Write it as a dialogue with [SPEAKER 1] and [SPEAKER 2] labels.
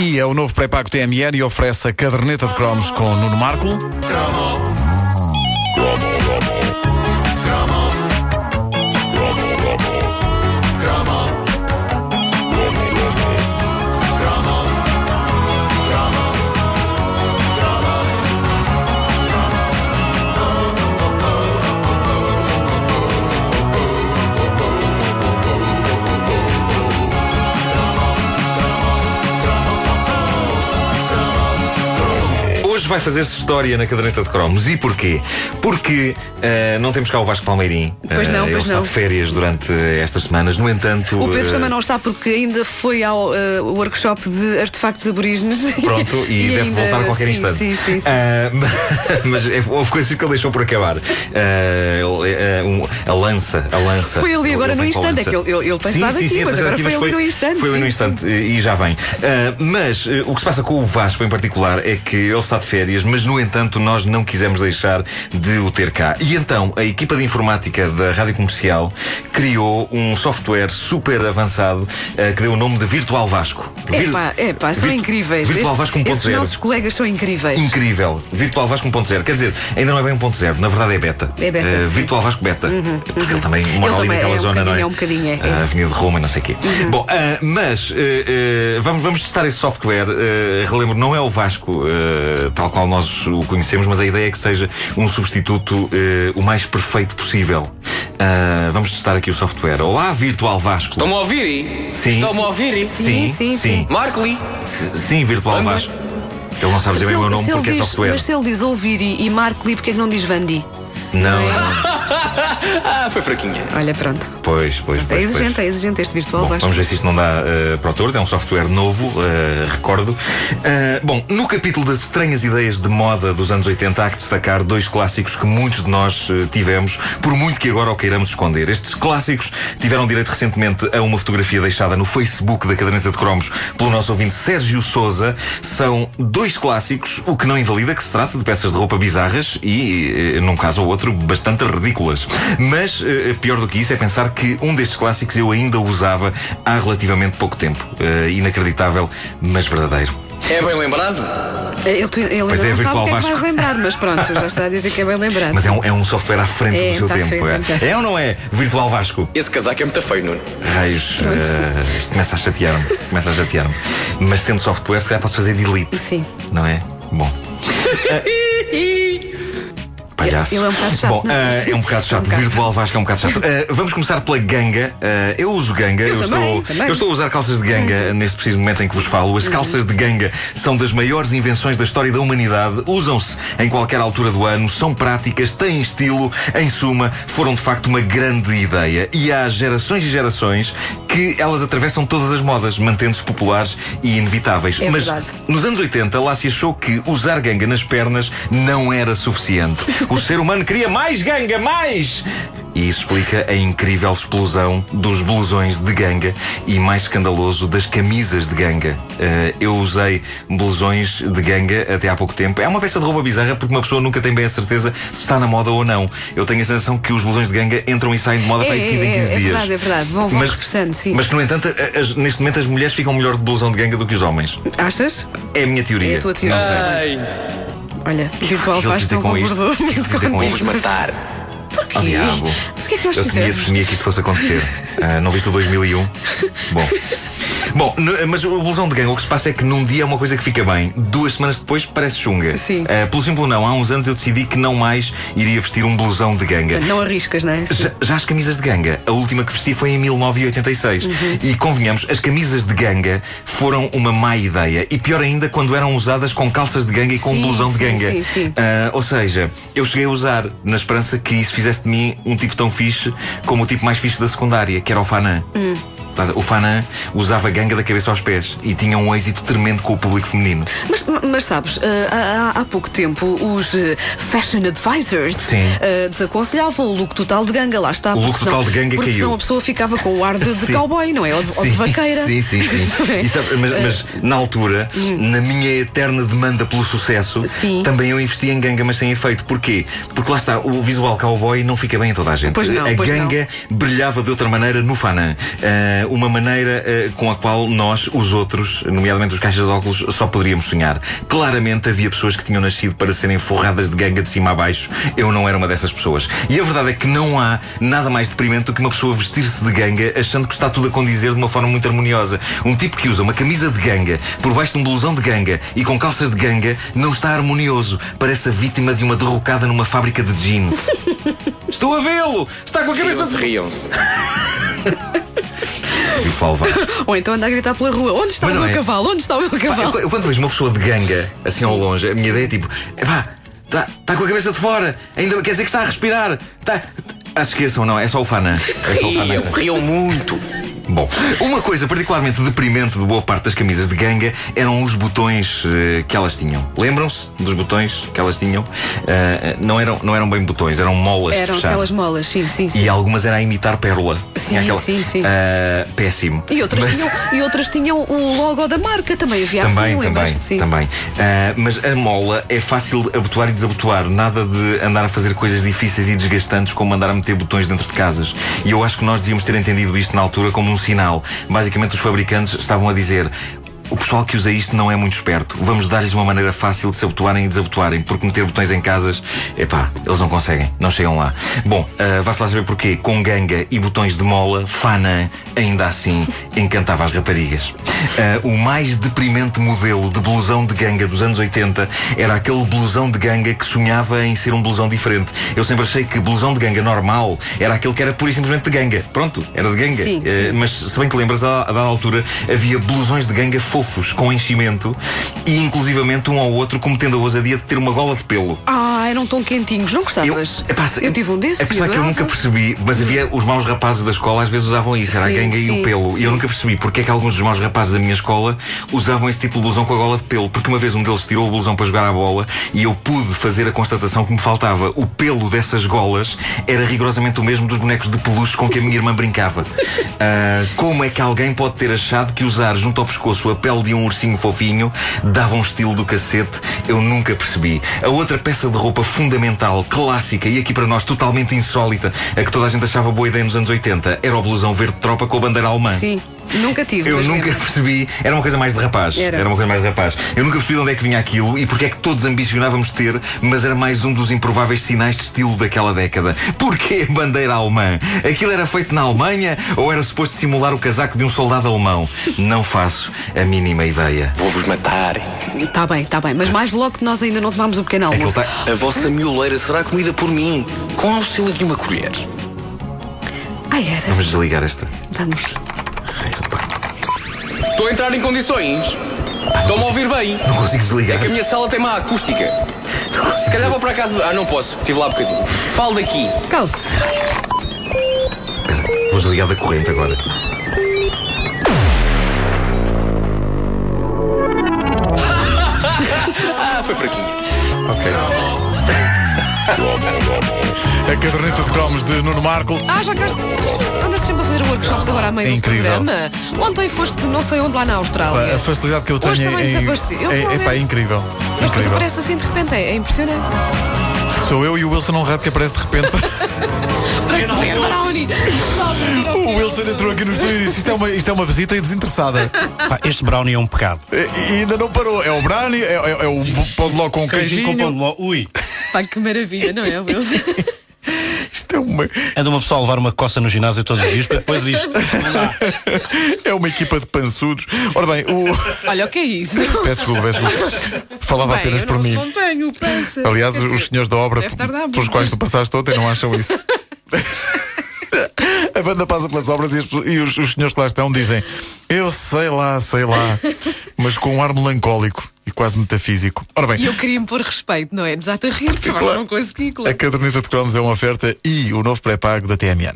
[SPEAKER 1] E é o novo pré-pago TMN e oferece a caderneta de cromos com Nuno Marco.
[SPEAKER 2] Hoje vai fazer-se história na caderneta de cromos. E porquê? Porque ah, não temos cá o Vasco Palmeirim.
[SPEAKER 3] Pois não,
[SPEAKER 2] Ah, Ele
[SPEAKER 3] pois
[SPEAKER 2] está
[SPEAKER 3] não.
[SPEAKER 2] de férias durante estas semanas. No entanto...
[SPEAKER 3] O Pedro
[SPEAKER 2] ah,
[SPEAKER 3] também não está porque ainda foi ao eh, workshop de artefactos aborígenes.
[SPEAKER 2] Pronto, e, deve
[SPEAKER 3] ainda-
[SPEAKER 2] voltar a qualquer
[SPEAKER 3] sim,
[SPEAKER 2] instante.
[SPEAKER 3] Sim, sim, sim.
[SPEAKER 2] Ah, mas é, houve coisas que ele deixou por acabar. Ah, ele, eh, um- a lança, a lança.
[SPEAKER 3] Foi ali agora no
[SPEAKER 2] vem com a
[SPEAKER 3] instante,
[SPEAKER 2] lança.
[SPEAKER 3] é que ele- ele- ele tem
[SPEAKER 2] sim,
[SPEAKER 3] estado
[SPEAKER 2] sim,
[SPEAKER 3] aqui,
[SPEAKER 2] sim, ele
[SPEAKER 3] mas
[SPEAKER 2] tem
[SPEAKER 3] agora
[SPEAKER 2] estado
[SPEAKER 3] foi ali no instante,
[SPEAKER 2] Foi ali no
[SPEAKER 3] sim,
[SPEAKER 2] instante e e já vem. Ah, mas eh, o que se passa com o Vasco em particular é que ele está de férias, mas no entanto nós não quisemos deixar de o ter cá. E então a equipa de informática da Rádio Comercial criou um software super avançado ah, que deu o nome de Virtual Vasco. Vir-
[SPEAKER 3] Epá, epá, são
[SPEAKER 2] Virtu-
[SPEAKER 3] incríveis.
[SPEAKER 2] Virtual
[SPEAKER 3] Estes-
[SPEAKER 2] Vasco 1.0.
[SPEAKER 3] estes nossos colegas são incríveis.
[SPEAKER 2] Incrível. Virtual Vasco 1.0. Quer dizer, ainda não é bem 1.0, na verdade é beta.
[SPEAKER 3] É beta,
[SPEAKER 2] Eh,
[SPEAKER 3] sim. Uhum,
[SPEAKER 2] Virtual Vasco beta. Porque ele também mora
[SPEAKER 3] Ele
[SPEAKER 2] ali
[SPEAKER 3] também
[SPEAKER 2] naquela
[SPEAKER 3] é um
[SPEAKER 2] zona, não é?
[SPEAKER 3] bocadinho, é um bocadinho, é, Uhum. é.
[SPEAKER 2] A Avenida de Roma, e não sei o quê. Bom, ah, mas eh, eh, vamos, vamos testar esse software. Eh, relembro, não é o Vasco eh, tal qual nós o conhecemos, mas a ideia é que seja um substituto eh, o mais perfeito possível. Ah, vamos testar aqui o software. Olá, Virtual Vasco.
[SPEAKER 4] Estão-me a ouvir?
[SPEAKER 2] Sim.
[SPEAKER 4] Estão-me a ouvir?
[SPEAKER 3] Sim, sim, sim.
[SPEAKER 4] Marco-lhe.
[SPEAKER 2] S- Sim, Virtual
[SPEAKER 4] Anda.
[SPEAKER 2] Vasco. Ele não sabe dizer bem o meu nome
[SPEAKER 3] ele
[SPEAKER 2] porque é
[SPEAKER 3] diz,
[SPEAKER 2] software.
[SPEAKER 3] Mas se ele diz ouvir e, e Marco Lee, porque é que não diz Vandi?
[SPEAKER 2] Não,
[SPEAKER 3] é.
[SPEAKER 4] Ah, foi fraquinha.
[SPEAKER 3] Olha, pronto.
[SPEAKER 2] pois, pois,
[SPEAKER 3] É
[SPEAKER 2] pois. pois.
[SPEAKER 3] exigente, é exigente este virtual
[SPEAKER 2] Bom,
[SPEAKER 3] Vasco.
[SPEAKER 2] vamos ver se isto não dá eh, para o torto. É um software novo, eh, recordo. Eh, bom, no capítulo das estranhas ideias de moda dos anos 80, há que destacar dois clássicos que muitos de nós eh, tivemos, por muito que agora o queiramos esconder. Estes clássicos tiveram direito recentemente a uma fotografia deixada no Facebook da Caderneta de Cromos pelo nosso ouvinte Sérgio Souza. São dois clássicos, o que não invalida que se trata de peças de roupa bizarras e, eh, num caso ou outro, bastante ridículas. Mas eh, pior do que isso é pensar que um destes clássicos eu ainda usava há relativamente pouco tempo. Eh, inacreditável, mas verdadeiro.
[SPEAKER 4] É bem lembrado?
[SPEAKER 3] Eh, Ele, tu- ele
[SPEAKER 2] Pois
[SPEAKER 3] ainda
[SPEAKER 2] é,
[SPEAKER 3] não sabe
[SPEAKER 2] virtual
[SPEAKER 3] o que é que
[SPEAKER 2] Vasco.
[SPEAKER 3] vais lembrar, mas pronto, já está a dizer que é bem lembrado.
[SPEAKER 2] Mas é um, é um software à frente
[SPEAKER 3] É,
[SPEAKER 2] do seu
[SPEAKER 3] está à
[SPEAKER 2] tempo.
[SPEAKER 3] frente,
[SPEAKER 2] é.
[SPEAKER 3] está à
[SPEAKER 2] é. ou não é? Virtual Vasco.
[SPEAKER 4] Esse casaco é muito feio, Nuno.
[SPEAKER 2] Raios. eh, isto começa a chatear-me. Começa a chatear-me. Mas sendo software, se calhar posso fazer delete.
[SPEAKER 3] Sim.
[SPEAKER 2] Não é? Bom. Palhaço.
[SPEAKER 3] Ele é um bocado chato,
[SPEAKER 2] Bom,
[SPEAKER 3] não
[SPEAKER 2] eh,
[SPEAKER 3] é?
[SPEAKER 2] é um bocado
[SPEAKER 3] É um
[SPEAKER 2] chato.
[SPEAKER 3] bocado.
[SPEAKER 2] Virtual Vasco é um bocado chato. Eh, vamos começar pela ganga. Eh, eu uso ganga.
[SPEAKER 3] Eu também,
[SPEAKER 2] estou,
[SPEAKER 3] também.
[SPEAKER 2] eu estou a usar calças de ganga neste preciso momento em que vos falo. As calças de ganga são das maiores invenções da história da humanidade. Usam-se em qualquer altura do ano, são práticas, têm estilo. Em suma, foram de facto uma grande ideia. E há gerações e gerações que elas atravessam todas as modas, mantendo-se populares e inevitáveis.
[SPEAKER 3] É
[SPEAKER 2] Mas
[SPEAKER 3] verdade.
[SPEAKER 2] nos anos 80, lá se achou que usar ganga nas pernas não era suficiente. O ser humano queria mais ganga, mais! E isso explica a incrível explosão dos blusões de ganga e, mais escandaloso, das camisas de ganga. Eh, eu usei blusões de ganga até há pouco tempo. É uma peça de roupa bizarra porque uma pessoa nunca tem bem a certeza se está na moda ou não. Eu tenho a sensação que os blusões de ganga entram e saem de moda
[SPEAKER 3] É,
[SPEAKER 2] para aí de 15 em
[SPEAKER 3] é,
[SPEAKER 2] 15
[SPEAKER 3] é
[SPEAKER 2] dias.
[SPEAKER 3] verdade, é verdade. Vão- vão regressando, sim.
[SPEAKER 2] Mas que, no entanto, a- as- neste momento as mulheres ficam melhor de blusão de ganga do que os homens.
[SPEAKER 3] Achas?
[SPEAKER 2] É a minha teoria.
[SPEAKER 3] É a tua teoria.
[SPEAKER 2] Não sei.
[SPEAKER 4] Ai,
[SPEAKER 3] Olha, virtual
[SPEAKER 2] que eu quis
[SPEAKER 3] Vasco
[SPEAKER 2] dizer
[SPEAKER 3] não
[SPEAKER 2] com isto?
[SPEAKER 3] concordou
[SPEAKER 2] O que eu quis
[SPEAKER 3] muito
[SPEAKER 2] dizer com
[SPEAKER 4] vou-vos
[SPEAKER 2] isto?
[SPEAKER 3] contigo.
[SPEAKER 4] matar.
[SPEAKER 3] Porquê?
[SPEAKER 2] Oh, diabo.
[SPEAKER 3] Mas o que é que nós
[SPEAKER 2] eu temia,
[SPEAKER 3] fizemos?
[SPEAKER 2] temia que isto fosse acontecer. Ah, não viste o 2001? Bom. Bom, n- mas o blusão de gangue, o que se passa é que num dia é uma coisa que fica bem, duas semanas depois parece chunga.
[SPEAKER 3] Sim.
[SPEAKER 2] Ah, pelo simples não, há uns anos eu decidi que não mais iria vestir um blusão de ganga.
[SPEAKER 3] Não arriscas, não é? Sim.
[SPEAKER 2] Já, já as camisas de ganga, a última que vesti foi em 1986.
[SPEAKER 3] Uhum.
[SPEAKER 2] E convenhamos, as camisas de ganga foram uma má ideia. E pior ainda, quando eram usadas com calças de ganga e com
[SPEAKER 3] Sim,
[SPEAKER 2] blusão de
[SPEAKER 3] sim,
[SPEAKER 2] ganga.
[SPEAKER 3] sim, sim.
[SPEAKER 2] Ah, ou seja, eu cheguei a usar na esperança que isso fizesse de mim um tipo tão fixe como o tipo mais fixe da secundária, que era o Fanã.
[SPEAKER 3] Hum.
[SPEAKER 2] Estás a- O Fanã usava ganga da cabeça aos pés e tinha um êxito tremendo com o público feminino.
[SPEAKER 3] Mas, mas sabes, eh, há, há- há pouco tempo os eh, fashion advisors
[SPEAKER 2] Sim.
[SPEAKER 3] eh, desaconselhavam o look total de ganga, lá está.
[SPEAKER 2] O look
[SPEAKER 3] porque
[SPEAKER 2] total
[SPEAKER 3] senão-
[SPEAKER 2] de ganga
[SPEAKER 3] porque
[SPEAKER 2] caiu.
[SPEAKER 3] Senão a pessoa ficava com o ar de, de
[SPEAKER 2] Sim.
[SPEAKER 3] cowboy, não é? Ou de, ou de vaqueira. é?
[SPEAKER 2] Sim,
[SPEAKER 3] Eh,
[SPEAKER 2] sim, sim. E sabe, mas, mas, na altura, na minha eterna demanda pelo sucesso,
[SPEAKER 3] Sim.
[SPEAKER 2] também eu investi em ganga, mas sem efeito. Porquê? Porque lá está, o visual cowboy não fica bem a toda a gente.
[SPEAKER 3] Pois não,
[SPEAKER 2] a
[SPEAKER 3] pois
[SPEAKER 2] ganga brilhava de outra maneira no Fanã. Ah, eh, uma maneira eh, com a qual nós, os outros, nomeadamente os caixas de óculos, só poderíamos sonhar. Claramente havia pessoas que tinham nascido para serem forradas de ganga de cima a baixo. Eu não era uma dessas pessoas. E a verdade é que não há nada mais deprimente do que uma pessoa vestir-se de ganga achando que está tudo a condizer de uma forma muito harmoniosa. Um tipo que usa uma camisa de ganga por baixo de um blusão de ganga e com calças de ganga não está harmonioso. Parece a vítima de uma derrocada numa fábrica de jeans. Estou a vê-lo! Está com a cabeça
[SPEAKER 4] Riam-se,
[SPEAKER 2] de
[SPEAKER 4] riam-se.
[SPEAKER 2] E o Paulo Vaz.
[SPEAKER 3] Ou então anda a gritar pela rua: onde está
[SPEAKER 2] é- Mas
[SPEAKER 3] o
[SPEAKER 2] não
[SPEAKER 3] meu
[SPEAKER 2] é.
[SPEAKER 3] cavalo? Onde está o meu
[SPEAKER 2] Pá,
[SPEAKER 3] cavalo?
[SPEAKER 2] eu, eu quando vejo uma pessoa de ganga, assim ao longe, a minha ideia é tipo: epá, está tá com a cabeça de fora, ainda quer dizer que está a respirar. Tá, t- ah, esqueçam, não, é só o Fana. É só o Fana.
[SPEAKER 4] Riam, riam muito.
[SPEAKER 2] Bom, uma coisa particularmente deprimente de boa parte das camisas de ganga eram os botões eh, que elas tinham. Lembram-se dos botões que elas tinham? Ah, ah, não, eram, não eram bem botões, eram molas de
[SPEAKER 3] Eram
[SPEAKER 2] fechar.
[SPEAKER 3] aquelas molas, sim, sim, sim.
[SPEAKER 2] E algumas eram a imitar pérola.
[SPEAKER 3] Sim,
[SPEAKER 2] Tinha
[SPEAKER 3] sim, sim.
[SPEAKER 2] Ah, péssimo.
[SPEAKER 3] E outras,
[SPEAKER 2] Mas-
[SPEAKER 3] tinham, e outras tinham o logo da marca também, havia
[SPEAKER 2] Também,
[SPEAKER 3] assim,
[SPEAKER 2] também,
[SPEAKER 3] lembraste? Sim.
[SPEAKER 2] também. Ah, mas a mola é fácil de abotoar e desabotoar. Nada de andar a fazer coisas difíceis e desgastantes como andar a meter botões dentro de casas. E eu acho que nós devíamos ter entendido isto na altura como um sinal. Basicamente, os fabricantes estavam a dizer. O pessoal que usa isto não é muito esperto. Vamos dar-lhes uma maneira fácil de se abotoarem e desabotoarem, porque meter botões em casas, epá, eles não conseguem, não chegam lá. Bom, ah, vá-se lá saber porquê. Com ganga e botões de mola, Fana, ainda assim, encantava as raparigas. Ah, o mais deprimente modelo de blusão de ganga dos anos 80 era aquele blusão de ganga que sonhava em ser um blusão diferente. Eu sempre achei que blusão de ganga normal era aquele que era pura e simplesmente de ganga. Pronto, era de ganga.
[SPEAKER 3] Sim,
[SPEAKER 2] Eh,
[SPEAKER 3] sim.
[SPEAKER 2] mas se bem te lembras, a, a dada altura havia blusões de ganga fofos com enchimento e inclusivamente um ao outro cometendo a ousadia de ter uma gola de pelo.
[SPEAKER 3] Ah, eram tão quentinhos, não gostavas?
[SPEAKER 2] epá, é se-
[SPEAKER 3] eu tive um desses.
[SPEAKER 2] A questão
[SPEAKER 3] e
[SPEAKER 2] é que eu
[SPEAKER 3] adorava.
[SPEAKER 2] nunca percebi, mas havia os maus rapazes da escola às vezes usavam isso, era
[SPEAKER 3] Sim,
[SPEAKER 2] a ganga e
[SPEAKER 3] sim,
[SPEAKER 2] o pelo. E
[SPEAKER 3] sim.
[SPEAKER 2] eu nunca percebi porque é que alguns dos maus rapazes da minha escola usavam esse tipo de blusão com a gola de pelo. Porque uma vez um deles tirou o blusão para jogar a bola e eu pude fazer a constatação que me faltava. O pelo dessas golas era rigorosamente o mesmo dos bonecos de peluche com que a minha irmã brincava. Ah, como é que alguém pode ter achado que usar junto ao pescoço a pele de um ursinho fofinho dava um estilo do cacete? Eu nunca percebi. A outra peça de roupa fundamental, clássica e aqui para nós totalmente insólita, a que toda a gente achava boa ideia nos anos 80, era o blusão verde tropa com a bandeira
[SPEAKER 1] É.
[SPEAKER 2] alemã.
[SPEAKER 3] Sim, nunca tive.
[SPEAKER 2] Eu
[SPEAKER 3] mas
[SPEAKER 2] nunca
[SPEAKER 3] lembro.
[SPEAKER 2] percebi. Era uma coisa mais de rapaz.
[SPEAKER 3] Era.
[SPEAKER 2] uma coisa mais de rapaz. Eu nunca percebi de onde é que vinha aquilo e porque é que todos ambicionávamos ter, mas era mais um dos improváveis sinais de estilo daquela década. Porquê a bandeira alemã? Aquilo era feito na Alemanha ou era suposto simular o casaco de um soldado alemão? Não faço a mínima ideia.
[SPEAKER 4] Vou-vos matar.
[SPEAKER 3] Está Tá bem, está bem. Mas mais logo que nós ainda não tomámos o pequeno
[SPEAKER 2] Aquilo tá-
[SPEAKER 3] almoço.
[SPEAKER 2] está.
[SPEAKER 4] A vossa mioleira será comida por mim, com auxílio de uma colher.
[SPEAKER 1] tá-
[SPEAKER 3] Ah, era.
[SPEAKER 2] Vamos desligar esta.
[SPEAKER 3] Vamos.
[SPEAKER 2] Ai, sou pá.
[SPEAKER 4] Estou a entrar em condições. Estão-me a ouvir bem.
[SPEAKER 2] Não consigo desligar.
[SPEAKER 4] É que a minha sala tem má acústica. Se calhar vou para a casa. de- Ah, não posso. Estive lá há bocadinho. Falo daqui.
[SPEAKER 3] Calce.
[SPEAKER 2] Espera, Vou desligar da corrente agora.
[SPEAKER 4] Ah, foi fraquinho.
[SPEAKER 2] Ok.
[SPEAKER 1] A caderneta de cromos de Nuno Marco.
[SPEAKER 3] Ah, já cá. Andas sempre a fazer workshops agora à meio
[SPEAKER 1] É
[SPEAKER 3] do
[SPEAKER 1] incrível. é
[SPEAKER 3] programa. Ontem foste de não sei onde lá na Austrália.
[SPEAKER 1] A facilidade que eu tenho
[SPEAKER 3] Hoje também
[SPEAKER 1] em.
[SPEAKER 3] desapareceu.
[SPEAKER 1] É, é, pá, é incrível.
[SPEAKER 3] Mas depois
[SPEAKER 1] incrível.
[SPEAKER 3] aparece assim de repente, é, é impressionante.
[SPEAKER 1] Sou eu e o Wilson honrado que aparece de repente.
[SPEAKER 3] Brownie.
[SPEAKER 1] O Wilson entrou aqui no estúdio e disse: Isto é uma, isto é uma visita desinteressada.
[SPEAKER 5] Pá, este brownie é um pecado.
[SPEAKER 1] E, e ainda não parou. É o Brani, é, é- é o pão de ló com
[SPEAKER 5] Queijinho com pão
[SPEAKER 1] queijinho.
[SPEAKER 5] de ló. Ui,
[SPEAKER 3] Pá, que maravilha, não é, Wilson?
[SPEAKER 1] Isto é uma,
[SPEAKER 5] anda uma pessoa a levar uma coça no ginásio todos os dias para depois isto.
[SPEAKER 1] é uma equipa de pançudos. Ora bem, o.
[SPEAKER 3] Olha, o que é isso?
[SPEAKER 1] Peço desculpa, peço desculpa. Falava
[SPEAKER 3] Bem,
[SPEAKER 1] apenas
[SPEAKER 3] eu
[SPEAKER 1] por
[SPEAKER 3] não,
[SPEAKER 1] mim.
[SPEAKER 3] não tenho pança.
[SPEAKER 1] Aliás,
[SPEAKER 3] Quer
[SPEAKER 1] os
[SPEAKER 3] dizer,
[SPEAKER 1] senhores da obra
[SPEAKER 3] deve tardar
[SPEAKER 1] pelos
[SPEAKER 3] muito.
[SPEAKER 1] quais tu passaste ontem não acham isso. A banda passa pelas obras e, as pessoas- e os, os senhores que lá estão dizem: Eu sei lá, sei lá, mas com um ar melancólico e quase metafísico. Ora bem,
[SPEAKER 3] E eu queria me pôr respeito, não é? Desata a rir, porque agora
[SPEAKER 1] Claro.
[SPEAKER 3] não consegui, claro.
[SPEAKER 1] a caderneta de cromos é uma oferta e o novo pré-pago da TMN.